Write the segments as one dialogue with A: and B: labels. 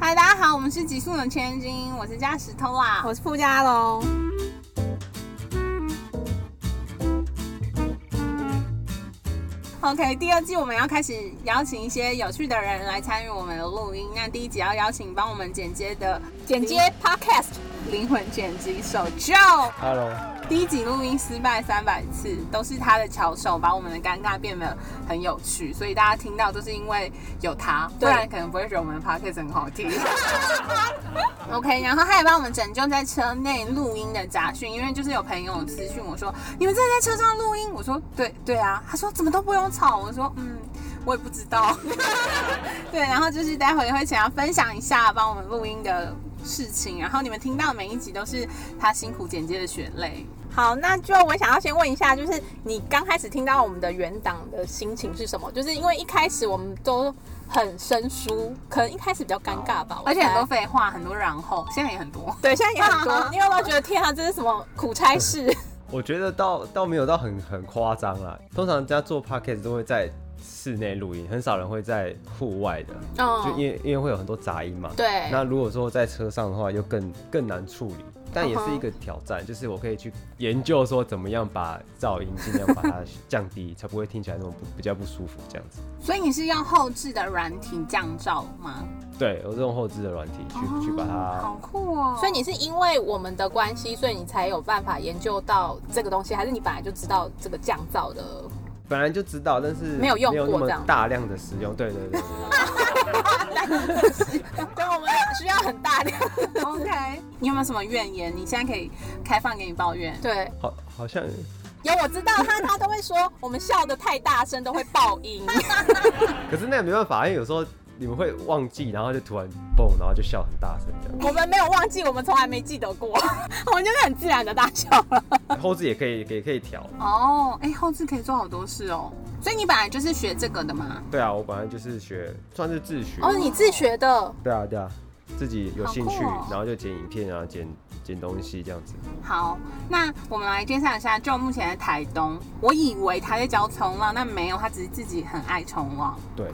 A: 嗨，大家好，我们是极速的千金，我是加石头啦。
B: 我是傅家龙。
A: OK，第二季我们要开始邀请一些有趣的人来参与我们的录音。那第一集要邀请帮我们剪接的
B: 剪接 Podcast，
A: 灵魂剪辑手 Joe。
C: Hello，
A: 第一集录音失败三百次，都是他的巧手把我们的尴尬变得很有趣，所以大家听到都是因为有他，不
B: 对
A: 然可能不会觉得我们的 podcast 很好听。OK，然后他也帮我们拯救在车内录音的杂讯，因为就是有朋友私讯我说你们真的在车上录音，我说对对啊，他说怎么都不用吵，我说嗯。我也不知道， 对，然后就是待会会想要分享一下帮我们录音的事情，然后你们听到每一集都是他辛苦剪接的血泪，
B: 好，那就我想要先问一下，就是你刚开始听到我们的原档的心情是什么？就是因为一开始我们都很生疏，可能一开始比较尴尬吧，我
A: 而且很
B: 猜
A: 多废话，很多然后，现在也很多。
B: 对，现在也很 多，因为我都觉得天啊，这是什么苦差 事？
C: 我觉得倒倒没有到很很夸张啦。通常人家做 podcast 都会在室内录音，很少人会在户外的，就
B: 嗯，
C: 因为因为会有很多杂音嘛。
B: 对
C: 那如果说在车上的话，又更更难处理，但也是一个挑
B: 嗯
C: 战，就是我可以去研究说怎么样把噪音尽量把它降低，才不会听起来那么不比较不舒服这样子。
A: 所以你是用后置的软体降噪吗？
C: 对，我是用后置的软体去、去把
A: 哦好
C: 它。
A: 酷哦！
B: 所以你是因为我们的关系，所以你才有办法研究到这个东西，还是你本来就知道这个降噪的？
C: 本来就知道，但是
B: 没有用
C: 没有
B: 过
C: 那
B: 这
C: 么
B: 样
C: 大量的使用。对对对对对
B: 对，我们需要很大量。
A: OK，你有没有什么怨言？你现在可以开放给你抱怨。
B: 对，
C: 好好像
B: 有我知道他，他都会说我们笑得太大声都会爆 音。
C: 可是那也没办法，因为有时候你们会忘记，然后就突然蹦，然后就笑很大声这样。
B: 我们没有忘记，我们从来没记得过， 我们就是很自然的大笑了。
C: 后置也可以，也可以调。
A: 哦，哎，后置可以做好多事哦。所以你本来就是学这个的吗？
C: 对啊，我本来就是学，算是自学。
B: 哦，你自学的，
C: 对啊，对啊，自己有兴趣，
A: 好酷哦
C: 然后就剪影片啊，剪剪东西这样子。
A: 好，那我们来介绍一下，就目前的台东，我以为他在教冲浪，但没有，他只是自己很爱冲浪。
C: 对，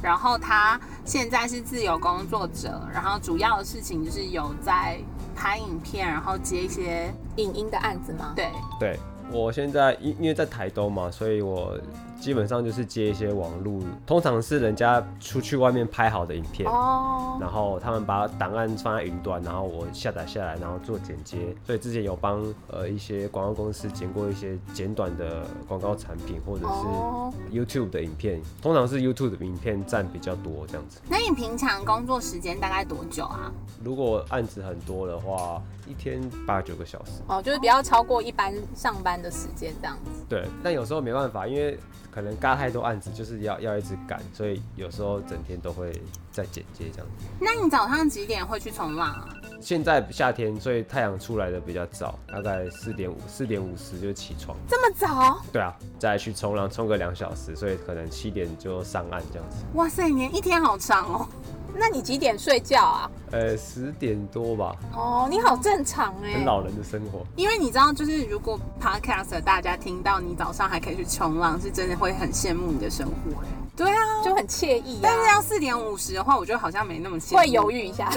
A: 然后他现在是自由工作者，然后主要的事情就是有在拍影片，然后接一些
B: 影音的案子吗？，
A: 对
C: 对我现在因因为在台东嘛，所以我基本上就是接一些网路，通常是人家出去外面拍好的影片。
B: 哦，
C: 然后他们把档案放在云端，然后我下载下来，然后做剪接。所以之前有帮呃一些广告公司剪过一些简短的广告产品，或者
B: 哦
C: 是 YouTube 的影片，通常是 YouTube 的影片占比较多这样子。
A: 那你平常工作时间大概多久啊？
C: 如果案子很多的话，一天八九个小时。
B: 哦，就是不要超过一般上班的时间这样子。
C: 对，但有时候没办法，因为可能嘎太多案子，就是要要一直赶，所以有时候整天都会在剪接这样子。
A: 那你早上几点会去冲浪啊？
C: 现在夏天，所以太阳出来的比较早，大概四点五四点五十就起床。
B: 这么早？
C: 对啊，再去冲浪，冲个两小时，所以可能七点就上岸这样子。
A: 哇塞，你的一天好长哦。
B: 那你几点睡觉啊？
C: 呃，十点多吧，
B: 哦，你好正常哎、
C: 很老人的生活。
A: 因为你知道，就是如果 podcast 的大家听到你早上还可以去冲浪，是真的会很羡慕你的生活哎。对啊，
B: 就很惬意、啊，
A: 但是要四点五十的话，我觉得好像没那么羡慕
B: 会犹。豫一下。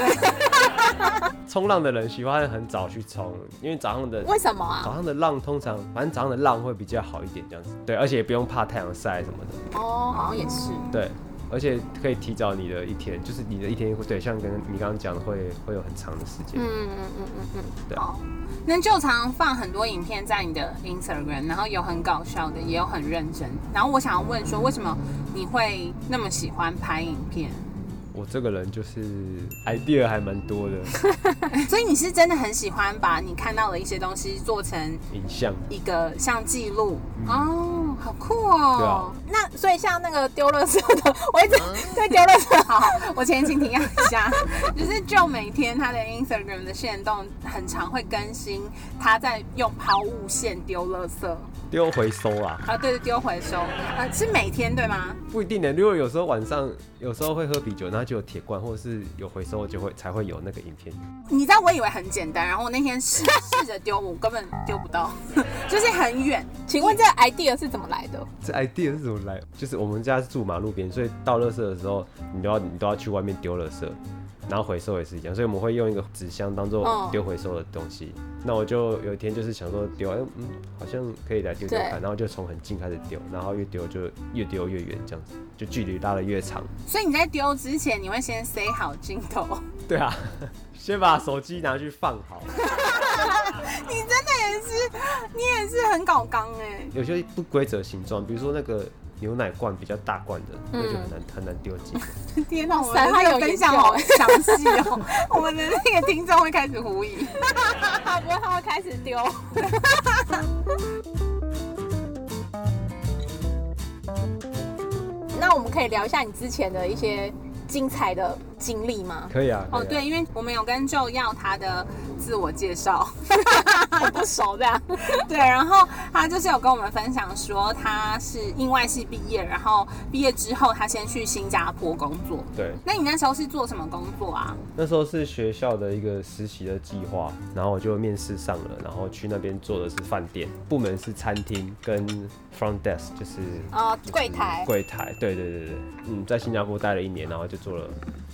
C: 冲浪的人喜欢很早去冲，因为早上的
B: 为什么
C: 早
B: 啊？
C: 上的浪通常，反正早上的浪会比较好一点这样子。对，而且也不用怕太阳晒什么的。
B: 哦，好像也是。
C: 对，而且可以提早你的一天，就是你的一天会对，像跟你刚刚讲的会会有很长的时间。
B: 嗯嗯嗯嗯嗯。
A: 好，那就常常放很多影片在你的 Instagram，然后有很搞笑的，也有很认真。然后我想要问说，为什么你会那么喜欢拍影片？
C: 我这个人就是 idea 还蛮多的，
A: 所以你是真的很喜欢把你看到的一些东西做成
C: 影像。
A: 一个像记录、哦，好酷
C: 嗯对
A: 哦
C: 啊！
B: 那所以像那个丢垃圾的，我一直
C: 嗯
B: 对丢垃 圾
A: 好，我前情提要一下， 就是就每天他的 Instagram 的线动很常会更新，他在用抛物线丢垃圾
C: 丢回收啊，
A: 啊，对，丢回收，呃，是每天对吗？
C: 不一定的。如果有时候晚上，有时候会喝啤酒，然后就有铁罐，或者是有回收，就会才会有那个影片。
A: 你知道我以为很简单，然后我那天试试着丢，我根本丢不到， 就是很远。
B: 请问这个 idea 是怎么来的？
C: 这 idea 是怎么来？就是我们家是住马路边，所以倒垃圾的时候，你都要你都要去外面丢垃圾。然后回收也是一样，所以我们会用一个纸箱当做
B: 嗯
C: 丢回收的东西。那我就有一天就是想说丢，哎嗯，好像可以来丢丢看，
B: 对
C: 然后就从很近开始丢，然后越丢就越丢越远，这样子就距离拉得越长。
A: 所以你在丢之前，你会先塞好镜头。
C: 对啊， 先把手机拿去放好。
A: 你真的也是，你也是很搞刚哎。
C: 有些不规则形状，比如说那个牛奶罐比较大罐的，那
B: 嗯
C: 就很难很难丢 进。
A: 天哪，我
B: 塞
A: 们
B: 他
A: 这
B: 有
A: 个分
B: 研
A: 享
B: 究
A: 好
B: 欸
A: 详细哦， 我们的那个听众会开始狐疑。
B: 他不会，他会开始丢。 那我们可以聊一下你之前的一些精彩的经历吗？
C: 可以啊，可以啊
A: 哦，对，，因为我们有跟 Joe 要他的自我介绍，
B: 很不熟这样，
A: 对，然后他就是有跟我们分享说他是英外系毕业，然后毕业之后他先去新加坡工作。
C: 对，
A: 那你那时候是做什么工作啊？
C: 那时候是学校的一个实习的计划，然后我就面试上了，然后去那边做的是饭店，部门是餐厅跟 front desk，就是
B: 呃，柜台。
C: 柜台，对对对对，嗯，在新加坡待了一年，然后就做了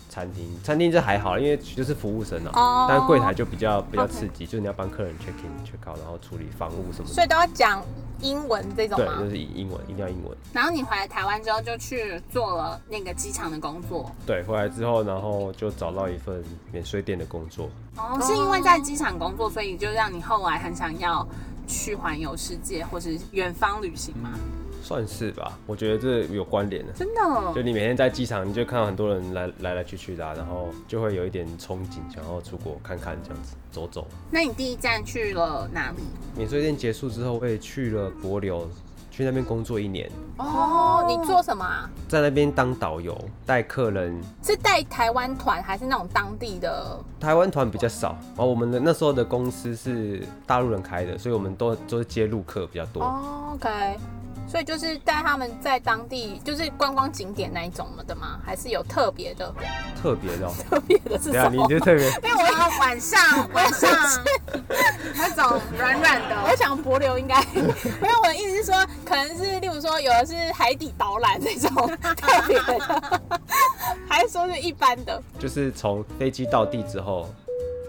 C: 餐厅，餐厅这还好，因为就是服务生啊，
B: 哦
C: 但柜台就比较比较刺激，就是你要帮客人 check in check out，然后处理房务什么
B: 所
C: 的，
B: 以都要讲英文这种
C: 对，
B: 吗
C: 就？是以英文，一定要英文。
A: 然后你回来台湾之后就去做了那个机场的工作，
C: 对，回来之后，然后就找到一份免税店的工作。
A: 哦，是因为在机场工作，所以就让你后来很想要去环游世界或是远方旅行吗？
C: 算是吧，我觉得这有关联的。
A: 真的
C: 就你每天在机场，你就看到很多人来来来去去的啊、然后就会有一点憧憬，想要出国看看这样子，走走。
A: 那你第一站去了哪里？
C: 免税店结束之后，我也去了帛琉，去那边工作一年，
B: 哦，你做什么啊？
C: 在那边当导游，带客人。
B: 是带台湾团还是那种当地的？
C: 台湾团比较少，然后我们的那时候的公司是大陆人开的，所以我们都都是接陆客比较多。
B: 哦，OK。所以就是带他们在当地，就是观光景点那一种的吗？还是有特别的？
C: 特别的哦，
B: 特别的是
C: 对啊，
B: 什
C: 你
B: 么？
C: 就特别。
A: 因为我要晚上晚上那种软软
B: 我
A: 的，
B: 想柏流应该没有，我的意思是说，可能是例如说有的是海底导览这种特别的，还是说是一般的？
C: 就是从飞机到地之后，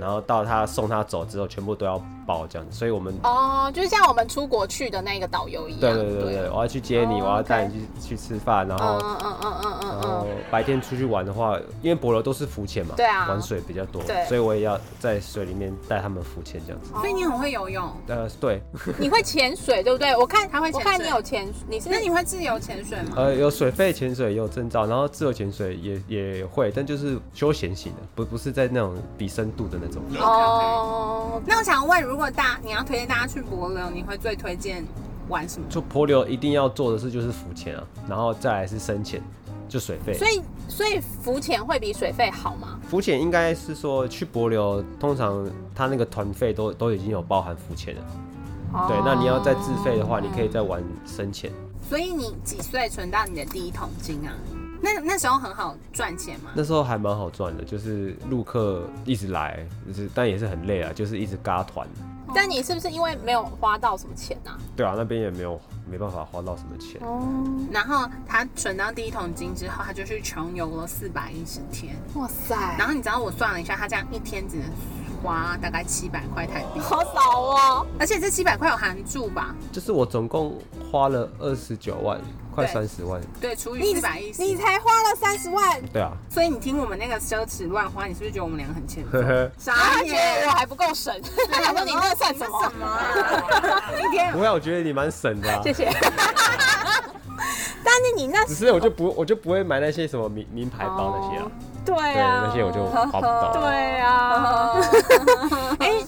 C: 然后到他送他走之后，全部都要包这样子。所以我们、
B: 哦，就是像我们出国去的那个导游一样。
C: 对对对对，我要去接你，
B: 哦
C: 我要
B: OK
C: 带你去去吃饭，然后、
B: 嗯嗯嗯嗯嗯嗯
C: 然
B: 嗯。
C: 后白天出去玩的话，因为博罗都是浮潜嘛，
B: 对啊
C: 玩水比较多
B: 对，
C: 所以我也要在水里面带他们浮潜这样子。
A: 哦所以你很会游泳。
B: 嗯
C: 呃，对，
B: 你会潜水对不对？我看
A: 他会
B: 我
A: 潜水
B: 看你有潜，你是
A: 那你会自由潜水吗？
C: 呃，有水肺潜水也有证照，然后自由潜水也也会，但就是休闲型的，不不是在那种比深度的那种。
B: 哦，
A: 那我想问，如果大你要推荐大家去帛琉，你会最推荐玩什么？
C: 就波流一定要做的事就是浮潜啊，然后再来是深潜，就水肺。
B: 所以所以浮潜会比水费好吗？
C: 浮潜应该是说去帛琉，通常他那个团费都都已经有包含浮潜了。
B: 哦
C: 对，那你要再自费的话，你可以再玩深潜。
A: 所以你几岁存到你的第一桶金啊？那那时候很好赚钱吗？
C: 那时候还蛮好赚的，就是陆客一直来，就是但也是很累啊，就是一直嘎团。
B: 但你是不是因为没有花到什么钱啊？
C: 对啊，那边也没有没办法花到什么钱。
B: 哦，
A: 然后他存到第一桶金之后，他就去穷游了四百一十天。
B: 哇塞
A: 然后你知道我算了一下，他这样一天只能花大概七百块台币，
B: 好少哦，
A: 而且这七百块有含住吧？
C: 就是我总共花了二十九万，快
A: 对
C: 三十万。
A: 对，除以四百一十。
B: 才花了三十万，
C: 对啊，
A: 所以你听我们那个奢侈乱花，你是不是觉得我们两个很欠 揍？
B: 他
A: 傻
B: 觉得
A: 眼
B: 啊我！还不够省，他说你这算什么？
A: 么啊？ 一天
C: 不会啊，我觉得你蛮省的、啊。
B: 谢谢。但是你那
C: 只是我就不我就不会买那些什么名名牌包那些啊，
B: 对
C: 对，
B: 啊，
C: 那些我就花 不到。
B: 对啊。 哎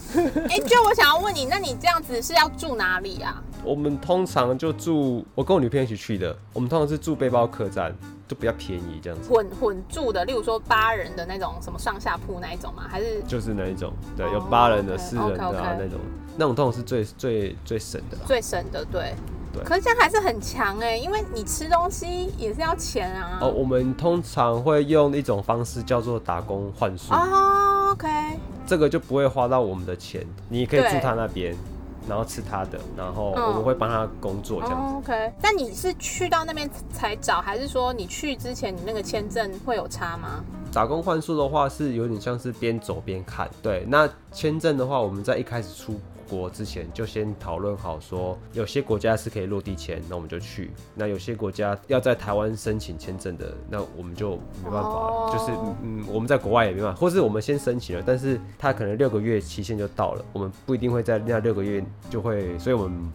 B: 哎，就我想要问你，那你这样子是要住哪里啊？
C: 我们通常就住，我跟我女朋友一起去的，我们通常是住背包客栈，就比较便宜这样子，
B: 混混住的，例如说八人的那种什么上下铺那一种吗？还是
C: 就是那一种，对，
B: 哦
C: 有八人的、
B: OK，
C: 四人的啊
B: OK，OK
C: 那种，那种通常是最最最省的啦。
B: 最省的？对。
C: 对
B: 可是这样还是很强哎、因为你吃东西也是要钱啊。
C: 哦，我们通常会用一种方式叫做打工换宿，
B: 哦，OK，
C: 这个就不会花到我们的钱，你也可以
B: 对
C: 住他那边，然后吃他的，然后
B: 嗯
C: 我们会帮他工作这样子。
B: 哦 OK，但你是去到那边才找，还是说你去之前你那个签证会有差吗？
C: 打工换宿的话是有点像是边走边看，对。那签证的话，我们在一开始出国之前就先讨论好说，有些国家是可以落地签，那我们就去；那有些国家要在台湾申请签证的，那我们就没办法了，
B: 哦
C: 就是嗯，我们在国外也没办法，或是我们先申请了，但是他可能六个月期限就到了，我们不一定会在那六个月就会，所以我们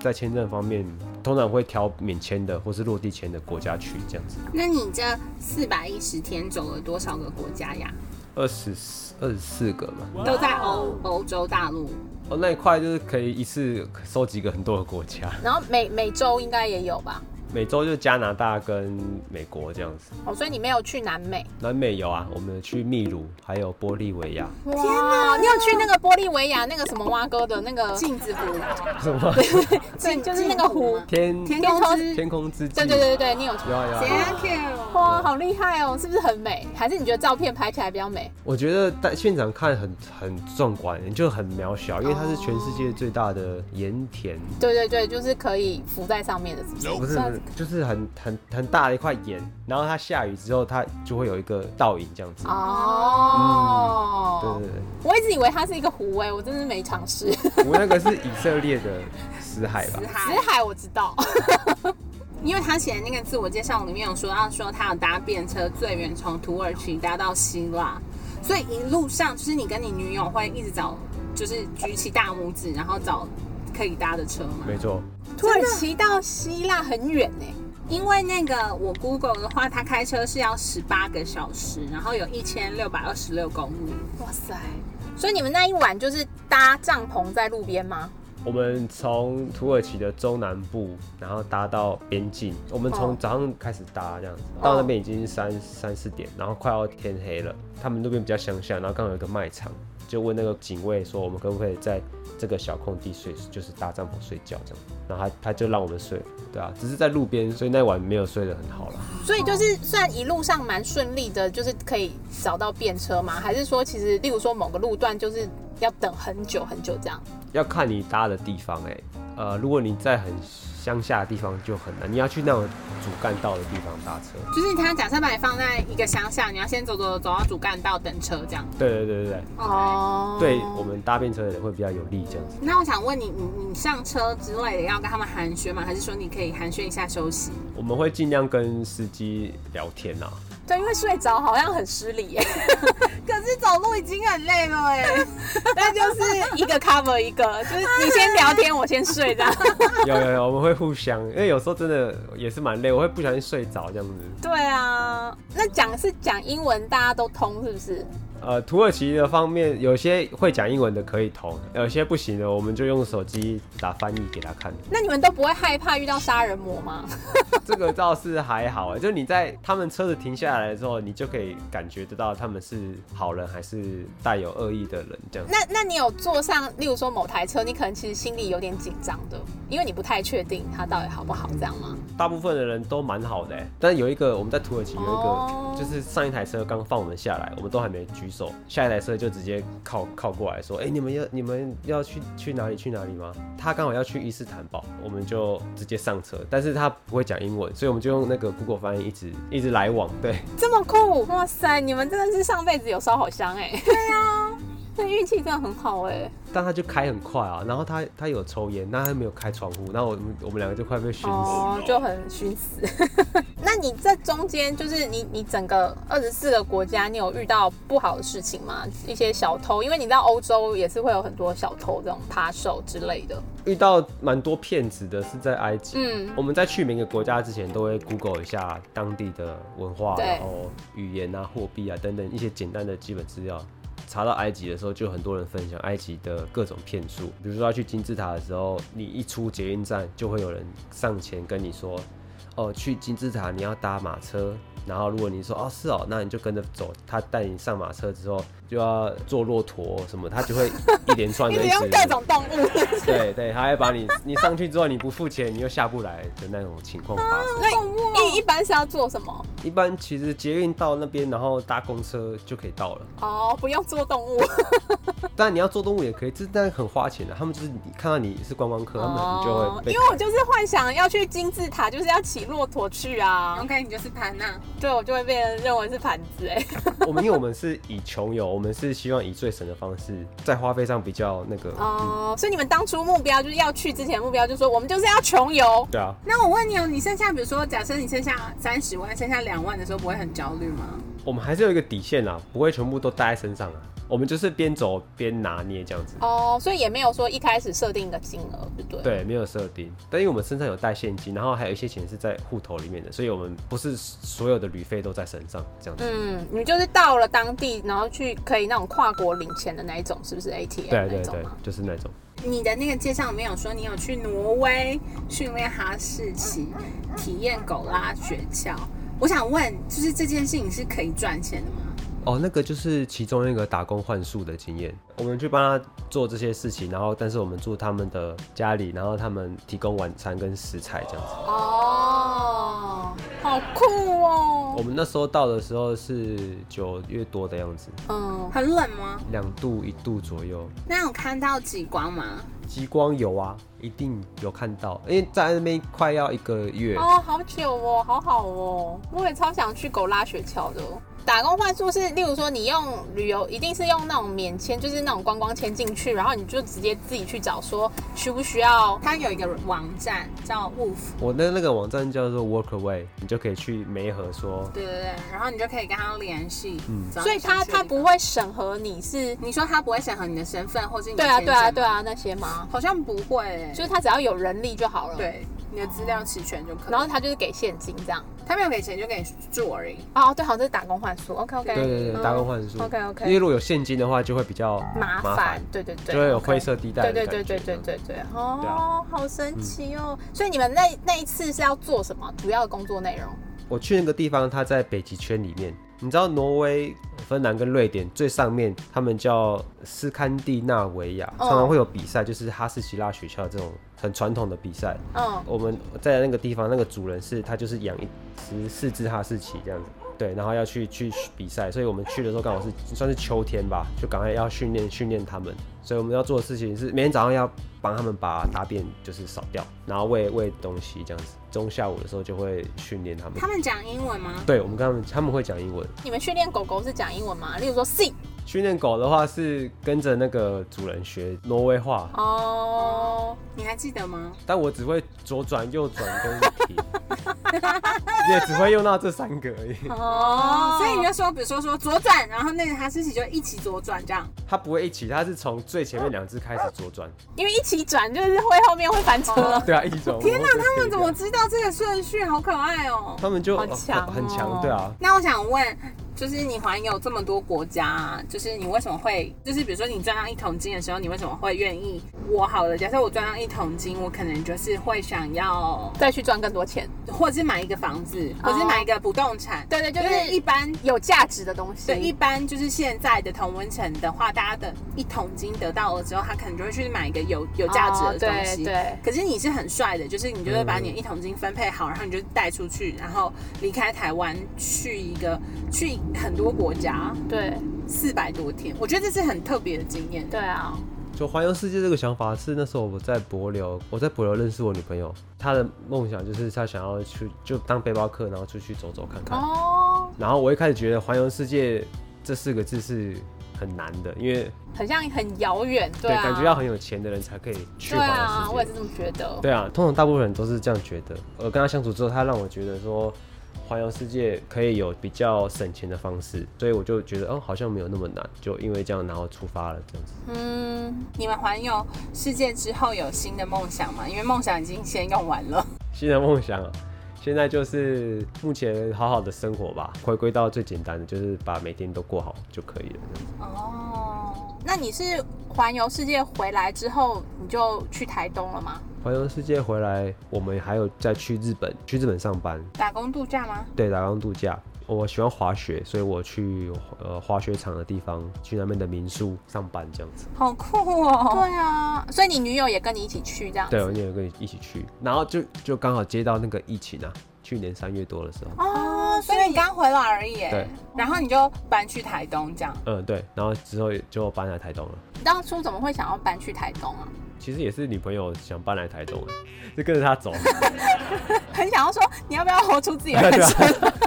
C: 在签证方面通常会挑免签的或是落地签的国家去这样子。
A: 那你这四百一十天走了多少个国家呀？
C: 二十四二十四个嘛，
A: 都在欧欧洲大陆。
C: 哦，那一块就是可以一次收集个很多个国家，
B: 然后每每周应该也有吧？
C: 每周就加拿大跟美国这样子。
B: 哦，所以你没有去南美。
C: 南美有啊，我们去秘鲁，还有玻利维亚，
B: 天哪！你有去那个玻利维亚那个什么蛙哥的那 个
A: 镜子湖，
C: 什么
B: 对，就是那个湖。
C: 天
A: 天
B: 天
A: 空
B: 空
A: 之
B: 之
C: 天空之
B: 对
C: 境，
B: 对对对对，你有去。
C: 有啊有啊。
A: ，Thank you。
B: 哇，好厉害哦！是不是很美？还是你觉得照片拍起来比较美？
C: 我觉得在现场看很很壮观，就很渺小，因为它是全世界最大的盐田，
B: 对对对，就是可以浮在上面的，是不是？
C: 不是
B: 算
C: 不是，就是很很很大的一块盐，然后它下雨之后，它就会有一个倒影这样子。
B: 哦，
C: 嗯对对对。
B: 我一直以为它是一个湖欸诶、我真是没尝试。
C: 我那个是以色列的死海吧
A: 死？
B: 死
A: 海，
B: 海我知道，
A: 因为他写的那个自我介绍里面有说到说他有搭便车，最远从土耳其搭到希腊，所以一路上就是你跟你女友会一直找，就是举起大拇指，然后找可以搭的车嘛。
C: 没错，
B: 土耳其到希腊很远欸诶、
A: 因为那个我 Google 的话，他开车是要十八个小时，然后有一千六百二十六公里。
B: 哇塞！所以你们那一晚就是搭帐篷在路边吗？
C: 我们从土耳其的中南部，然后搭到边境。我们从
B: 哦
C: 早上开始搭，这样子到那边已经三三四点，然后快要天黑了。他们那边比较乡下，然后刚好有一个卖场，就问那个警卫说，我们可不可以在这个小空地睡，就是搭帐篷睡觉这样。然后他他就让我们睡，对啊，只是在路边，所以那晚没有睡得很好了。
B: 所以就是算一路上蛮顺利的，就是可以找到便车吗？还是说其实例如说某个路段就是要等很久很久这样？
C: 要看你搭的地方哎、呃，如果你在很乡下的地方就很难，你要去那种主干道的地方搭车。
A: 就是他假设把你放在一个乡下，你要先走走走走到主干道等车这样。
C: 对对对对对，
B: 哦
C: 对我们搭便车的人会比较有利这样子。
A: 那我想问你，你你上车之类的要跟他们寒暄吗？还是说你可以寒暄一下休息？
C: 我们会尽量跟司机聊天啊，
B: 对，因为睡着好像很失礼欸 耶，
A: 可是走路已经很累了 哎、
B: 但就是一个 cover 一个，就是你先聊天，我先睡这样。
C: 有有有，我们会互相，因为有时候真的也是蛮累，我会不小心睡着这样子。
B: 对啊，那讲是讲英文，大家都通是不是？
C: 呃，土耳其的方面，有些会讲英文的可以投，有些不行的，我们就用手机打翻译给他看。
B: 那你们都不会害怕遇到杀人魔吗？
C: 这个倒是还好欸，就你在他们车子停下来的时候，你就可以感觉得到他们是好人还是带有恶意的人这样。
B: 那那你有坐上，例如说某台车，你可能其实心里有点紧张的，因为你不太确定它到底好不好，这样吗？
C: 大部分的人都蛮好的欸，但有一个我们在土耳其有一
B: 嗯哦
C: 个，就是上一台车刚放我们下来，我们都还没举手，下一台车就直接靠靠过来说：“哎、你们要你们要去去哪里去哪里吗？”他刚好要去伊斯坦堡，我们就直接上车，但是他不会讲英文，所以我们就用那个 Google 翻译一直一直来往，对。
B: 这么酷，哇塞！你们真的是上辈子有烧好香哎、对 啊，这运气真的很好哎、
C: 但他就开很快啊，然后他他有抽烟，那他没有开窗户，那我们我们两个就快被熏死。
B: 哦，就很寻死。 那你这中间就是你你整个二十四个国家，你有遇到不好的事情吗？一些小偷，因为你知道欧洲也是会有很多小偷这种扒手之类的。
C: 遇到蛮多骗子的是在埃及，
B: 嗯，
C: 我们在去每个国家之前都会 Google 一下当地的文化，
B: 对
C: 然后语言啊、货币啊等等一些简单的基本资料。查到埃及的时候，就很多人分享埃及的各种骗术，比如说要去金字塔的时候，你一出捷运站就会有人上前跟你说：“哦，哦，去金字塔你要搭马车，然后如果你说哦是哦，那你就跟着走，他带你上马车之后就要坐骆驼什么，他就会一连串
B: 一
C: 的
B: 直
C: 一
B: 用
C: 直
B: 各种动物。
C: 对对，他会把你你上去之后你不付钱你又下不来的那种情况发生。
B: 那一一般是要做什么？
C: 一般其实捷运到那边，然后搭公车就可以到了。
B: 哦，不用做动物。
C: 当然你要做动物也可以，这但很花钱的、他们就是你看到你是观光客，他们就
B: 哦
C: 会，被
B: 因为我就是幻想要去金字塔，就是要骑骆驼去啊。
A: OK，你就是潘娜。
B: 对，我就会被人认为是盘子哎、
C: 我们因为我们是以穷游，我们是希望以最省的方式，在花费上比较那个。嗯，
B: 哦、 所以你们当初目标就是要去之前目标，就是说我们就是要穷游。
C: 对啊，
A: 那我问你哦，你剩下比如说，假设你剩下三十万，剩下两万的时候，不会很焦虑吗？
C: 我们还是有一个底线啦，不会全部都带在身上啊。我们就是边走边拿捏这样子。
B: 哦、所以也没有说一开始设定一个金额，对不对？
C: 对，没有设定，但因为我们身上有带现金，然后还有一些钱是在户头里面的，所以我们不是所有的旅费都在身上这样子。
B: 嗯，你就是到了当地，然后去可以那种跨国领钱的那一种，是不是 ATM
C: 对
B: 那
C: 对
B: 一种
C: 对
B: 吗？，
C: 就是那种。
A: 你的那个介绍里面有说你有去挪威训练哈士奇，体验狗拉雪橇。我想问，就是这件事情是可以赚钱的吗？
C: 哦，那个就是其中一个打工换宿的经验。我们去帮他做这些事情，然后但是我们住他们的家里，然后他们提供晚餐跟食材这样子。
B: 哦，好酷
C: 我
B: 哦。
C: 们那时候到的时候是九月多的样子，
B: 嗯，
A: 很冷吗？
C: 两度一度左右。
A: 那有看到极光吗？
C: 极光有啊，一定有看到，因为在那边快要一个月。
B: 哦，好久哦，好好哦，我也超想去狗拉雪橇的哦。打工换宿是，例如说你用旅游，一定是用那种免签，就是那种观光签进去，然后你就直接自己去找说需不需要。
A: 它有一个网站叫 Woof，
C: 我的那个网站叫做 Workaway，你就可以去梅河说，
A: 对对对，然后你就可以跟他联系。嗯，
B: 所以他他不，会审核你是，
A: 你说他不会审核你的身份或是你的
B: 对啊
A: 签
B: 对啊
A: 证
B: 对
A: 吗，
B: 啊那些吗？
A: 好像不会欸、
B: 就是他只要有人力就好了。。
A: 对你的资料齐全就可以。
B: 然后他就是给现金这样。
A: 他没有给钱就给你住而已。
B: 哦，对，好像这是打工换宿。OK OK。
C: 对对对，打工换宿。
B: 哦 OK，OK
C: 因为如果有现金的话，就会比较
B: 麻烦，对对对，
C: 就会有
B: OK
C: 灰色地带
B: 对对
C: 的感
B: 对
C: 觉
B: 对对对对，哦
C: 啊，
B: 好神奇哦！所以你们那那一次是要做什么？主要的工作内容？
C: 我去那个地方，它在北极圈里面。你知道挪威、芬兰跟瑞典最上面，他们叫斯堪的纳维亚，
B: 哦
C: 常常会有比赛，就是哈士奇拉雪橇这种很传统的比赛。
B: 嗯，
C: 我们在那个地方，那个主人是他就是养一十四只哈士奇这样子，对，然后要去去比赛，所以我们去的时候刚好是算是秋天吧，就赶快要训练训练他们，所以我们要做的事情是每天早上要帮他们把大便就是扫掉，然后喂喂东西这样子，中下午的时候就会训练他们
A: 他。们讲英文吗？
C: 对，我们跟他们他们会讲英文，
B: 你们训练狗狗是讲英文吗？例如说 C
C: 训练狗的话是跟着那个主人学挪威话，
B: 哦，
A: 你还记得吗？
C: 但我只会左转右转跟停，也只会用到这三个而已。
B: 哦
A: 所以你就说，比如说说左转，然后那个哈士奇就一起左转这样。
C: 它不会一起，它是从最前面两只开始左转。
B: 因为一起转就是会后面会翻车，
C: 对啊，一起转。
A: 天哪
C: 我，会
A: 他们怎么知
C: 飞掉？
A: 道这个顺序？好可爱哦、
C: 他们就
B: 好
C: 哦
B: 强哦
C: 很强，对啊。
A: 那我想问，就是你环游这么多国家，就是你为什么会，就是比如说你赚到一桶金的时候，你为什么会愿意？我好了，假设我赚到一桶金，我可能就是会想要，
B: 再去赚更多钱。
A: 或是买一个房子，或是
B: 哦
A: 买一个不动产，
B: 对对，就
A: 就是
B: 是
A: 一
B: 一
A: 般
B: 有价值的东西。
A: 对，一般就是现在的同温层的话，大家的一桶金得到了之后，他可能就会去买一个有有价值的东西。
B: 哦对对
A: 可是你是很帅的，就是你就会把你的一桶金分配好，然后你就带出去，然后离开台湾去一个去很多国家，
B: 对
A: 四百多天，我觉得这是很特别的经验。
B: 对啊，
C: 就环游世界这个想法是那时候我在博流，我在博流认识我女朋友，她的梦想就是她想要去就当背包客，然后出去走走看看。
B: 哦，
C: 然后我一开始觉得环游世界这四个字是很难的，因为
B: 很像很遥远，对啊，
C: 感觉要很有钱的人才可以去
B: 对
C: 环
B: 啊，我
C: 游
B: 也
C: 世
B: 是
C: 界。
B: 这么觉得。
C: 对啊，通常大部分人都是这样觉得。呃，跟他相处之后，他让我觉得说，环游世界可以有比较省钱的方式，所以我就觉得哦，好像没有那么难，就因为这样然后出发了这样子。
B: 嗯，
A: 你们环游世界之后有新的梦想吗？因为梦想已经先用完了。
C: 新的梦想啊，现在就是目前好好的生活吧，回归到最简单的，就是把每天都过好就可以了。这样子
A: 哦，
B: 那你是环游世界回来之后，你就去台东了吗？
C: 环游世界回来，我们还有再去日本，去日本上班，
A: 打工度假吗？
C: 对，打工度假。我喜欢滑雪，所以我去呃滑雪场的地方，去那边的民宿上班这样子。
A: 好酷哦！
B: 对啊，所以你女友也跟你一起去这样子。
C: 对，我也有跟你一起去，然后就就刚好接到那个疫情啊，去年三月多的时候，
A: 哦，所以你刚回来而已耶。
C: 对
A: 然后你就搬去台东这样。
C: 嗯对，然后之后就搬来台东了。
B: 你当初怎么会想要搬去台东啊？
C: 其实也是女朋友想搬来台东的，就跟着她走，
B: 很想要说你要不要活出自己的
C: 对
B: 人生？
C: 吧？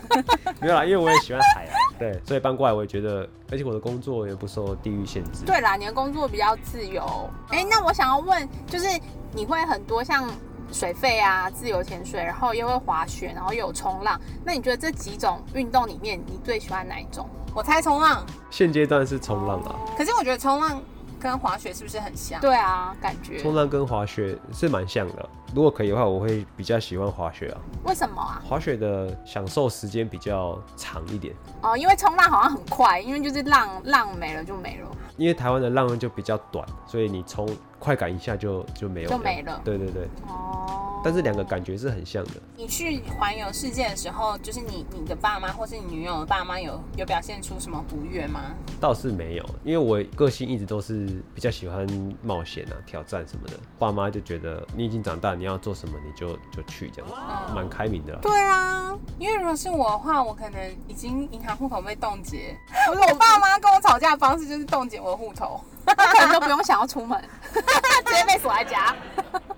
C: 没有啦，因为我也喜欢海啊，对，所以搬过来我也觉得，而且我的工作也不受地域限制。
B: 对啦，你的工作比较自由。哎、那我想要问，就是你会很多像水费啊、自由潜水，然后又会滑雪，然后又有冲浪。那你觉得这几种运动里面，你最喜欢哪一种？
A: 我猜冲浪，
C: 现阶段是冲浪啊，
A: 可是我觉得冲浪跟滑雪是不是很像？
B: 对啊，感觉
C: 冲浪跟滑雪是蛮像的。如果可以的话，我会比较喜欢滑雪啊。
B: 为什么啊？
C: 滑雪的享受时间比较长一点，
B: 哦，因为冲浪好像很快，因为就是浪浪没了就没了。
C: 因为台湾的浪就比较短，所以你冲快感一下就就没有
B: 就没了
C: 对对对，
B: 哦，
C: 但是两个感觉是很像的。
A: 你去环游世界的时候，就是你你的爸妈或是你女友的爸妈有有表现出什么不悦吗？
C: 倒是没有，因为我个性一直都是比较喜欢冒险啊、挑战什么的。爸妈就觉得你已经长大，你要做什么你就就去这样
B: 嗯
C: 子，蛮开明的啦。
A: 对啊，因为如果是我的话，我可能已经银行户口被冻结。我爸妈跟我吵架的方式就是冻结我的户头。
B: 他 可能都不用想要 出门，直接被锁在家。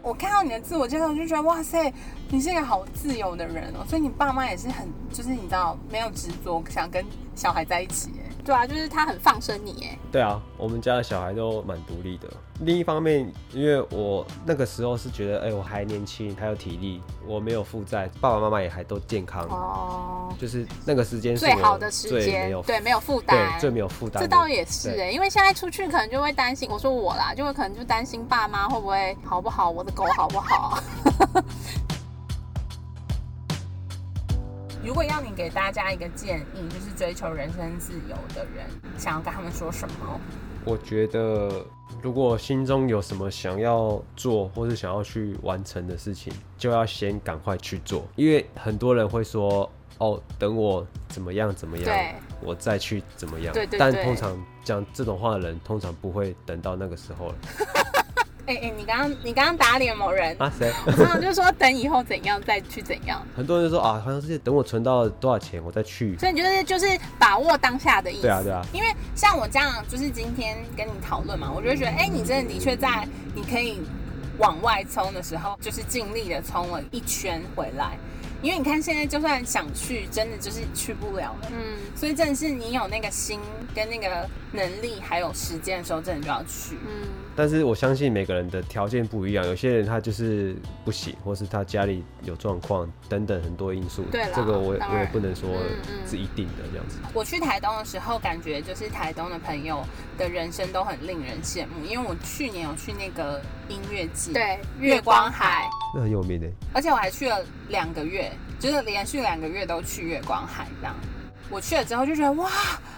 A: 我看到你的自我介绍，我就觉得哇塞，你是一个好自由的人哦。所以你爸妈也是很，就是你知道没有执着，想跟小孩在一起耶。
B: 对啊，就是他很放生你哎。
C: 对啊，我们家的小孩都蛮独立的。另一方面，因为我那个时候是觉得，哎、我还年轻，还有体力，我没有负债，爸爸妈妈也还都健康，
B: 哦，
C: 就是那个时间是
B: 最
C: 我
B: 好的时
C: 最没
B: 间
C: 有，
B: 对，没有负担，
C: 对最没有负担
B: 这
C: 的。
B: 倒也是
C: 对
B: 哎、因为现在出去可能就会担心，我说我啦，就会可能就担心爸妈会不会好不好，我的狗好不好。
A: 如果要你给大家一个建议，就是追求人生自由的人，想要跟他们说什么？
C: 我觉得，如果心中有什么想要做或是想要去完成的事情，就要先赶快去做，因为很多人会说。哦，等我怎么样怎么样
B: 对，
C: 我再去怎么样。
B: 对对
C: 但
B: 对
C: 通常讲这种话的人，通常不会等到那个时候了。
A: 哎、哎、你刚刚你刚刚打脸某人，
C: 啊，谁？
B: 然后就说等以后怎样再去怎样，
C: 很多人就说啊，环游世界，等我存到多少钱我再去。
B: 所以你就是就是把握当下的意思。
C: 对啊，对啊，
A: 因为像我这样，就是今天跟你讨论嘛，我就会觉得，哎、你真的的确在你可以往外冲的时候，就是尽力的冲了一圈回来。因为你看现在，就算想去，真的就是去不了了。
B: 嗯，
A: 所以真的是你有那个心跟那个能力，还有时间的时候，真的就要去。
B: 嗯
C: 但是我相信每个人的条件不一样，有些人他就是不行，或是他家里有状况等等很多因素。
B: 对啦
C: 这个我也
B: 当
C: 我
B: 然
C: 也不能说
B: 嗯嗯
C: 是一定的这样子。
A: 我去台东的时候，感觉就是台东的朋友的人生都很令人羡慕。因为我去年有去那个音乐季，
B: 对，
A: 月光海，
C: 那很有名的，
A: 而且我还去了两个月，就是连续两个月都去月光海这样。我去了之后就觉得哇，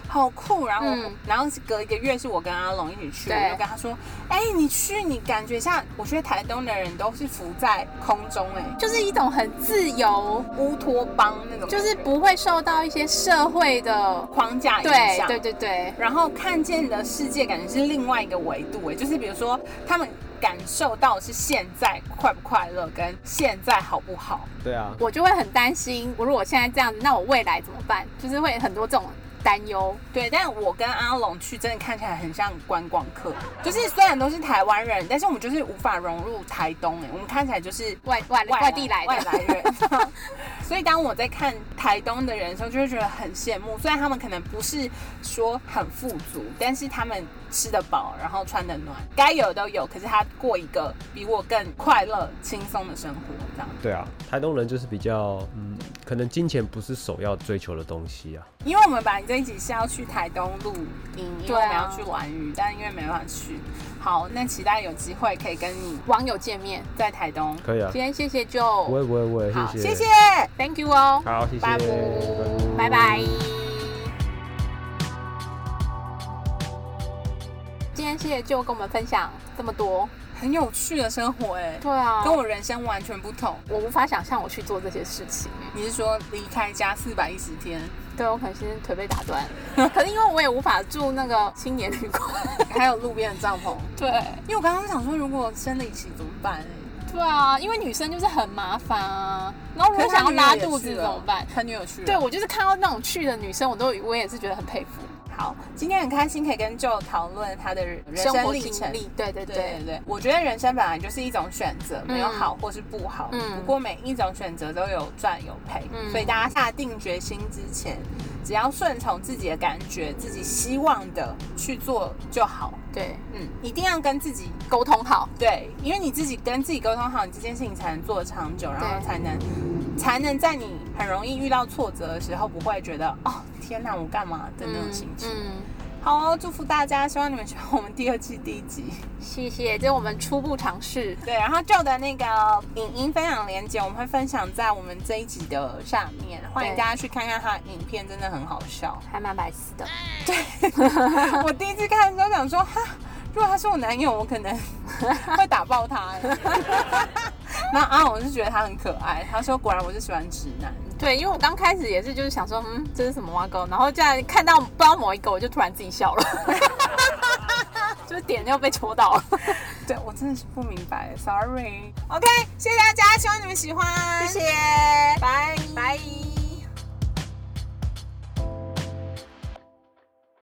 A: 好酷！然后我、
B: 嗯
A: 然后隔一个月是我跟阿龙一起去，
B: 对
A: 我就跟他说，哎、你去，你感觉一下，我觉得台东的人都是浮在空中、哎，
B: 就是一种很自由，
A: 乌托邦那种，
B: 就是不会受到一些社会的
A: 框架影
B: 对
A: 响，
B: 对对对，
A: 然后看见的世界感觉是另外一个维度哎，就是比如说他们感受到是现在快不快乐，跟现在好不好，
C: 对啊，
B: 我就会很担心，我如果现在这样子，那我未来怎么办？就是会很多这种担忧。
A: 对，但我跟阿龙去，真的看起来很像观光客，就是虽然都是台湾人，但是我们就是无法融入台东哎，我们看起来就是
B: 外外外地来的
A: 外来人。 所以当我在看台东的人的时候，就会觉得很羡慕。虽然他们可能不是说很富足，但是他们吃得饱，然后穿得暖，该有的都有。可是他过一个比我更快乐、轻松的生活，这样。
C: 对啊，台东人就是比较嗯，可能金钱不是首要追求的东西啊。
A: 因为我们本来这一集是要去台东录音，因为
B: 对
A: 我
B: 啊
A: 们要去玩鱼，但因为没办法去。好，那期待有机会可以跟你
B: 网友见面，
A: 在台东。
C: 可以啊
B: 今，天谢谢
C: 不
B: Joe，
C: 会不会不会，
A: 好，
C: 谢
A: 谢谢。
B: Thank you 哦，
C: 好，谢谢，
A: 拜拜
B: 拜拜。今天谢谢就跟我们分享这么多，
A: 很有趣的生活哎、
B: 对啊，
A: 跟我人生完全不同。
B: 我无法想象我去做这些事情。
A: 你是说离开家四百一十天，
B: 对我可能先腿被打断， 可是因为我也无法住那个青年旅馆。
A: 还有路边的帐篷？
B: 对
A: 因为我刚刚想说，如果生理期怎么办、欸？
B: 对啊，因为女生就是很麻烦啊。然后
A: 可
B: 我
A: 是哦嗯他
B: 想要
A: 女友
B: 拉
A: 也
B: 肚
A: 去
B: 子
A: 了
B: 怎么办？
A: 他女友去了。
B: 对我就是看到那种去的女生，我都我也是觉得很佩服。
A: 好，今天很开心可以跟 Joe 讨论他的人
B: 生
A: 生
B: 活
A: 历
B: 经
A: 程。
B: 历，对对
A: 对对
B: 对，
A: 对，我觉得人生本来就是一种选择，没有好或是不好。
B: 嗯
A: 不过每一种选择都有赚有赔，
B: 嗯
A: 所以大家下定决心之前，只要顺从自己的感觉，自己希望的去做就好。
B: 对，
A: 嗯，一定要跟自己
B: 沟通好，
A: 对，因为你自己跟自己沟通好，你这件事情才能做得长久，然后
B: 对
A: 才能才能在你很容易遇到挫折的时候，不会觉得哦天哪，我干嘛的那种心情。
B: 嗯，
A: 好哦、祝福大家，希望你们喜欢我们第二季第一集。
B: 谢谢，这是我们初步尝试。
A: 对，然后旧的那个嗯影音分享链接，我们会分享在我们这一集的下面，欢迎
B: 对
A: 大家去看看他的影片，真的很好笑。
B: 还蛮白痴的，
A: 我第一次看的时候想说，哈，如果他是我男友，我可能会打爆他 欸。那啊，我是觉得他很可爱。他说，果然我是喜欢直男。
B: 对，因为我刚开始也是，就是想说，嗯，这是什么挖沟，然后竟然看到不知道某一个，我就突然自己 笑了， 就是点又被戳到了，
A: 对我真的是不明白，sorry。OK，谢谢大家，希望你们喜欢，
B: 谢谢，
A: 拜拜。
B: 拜。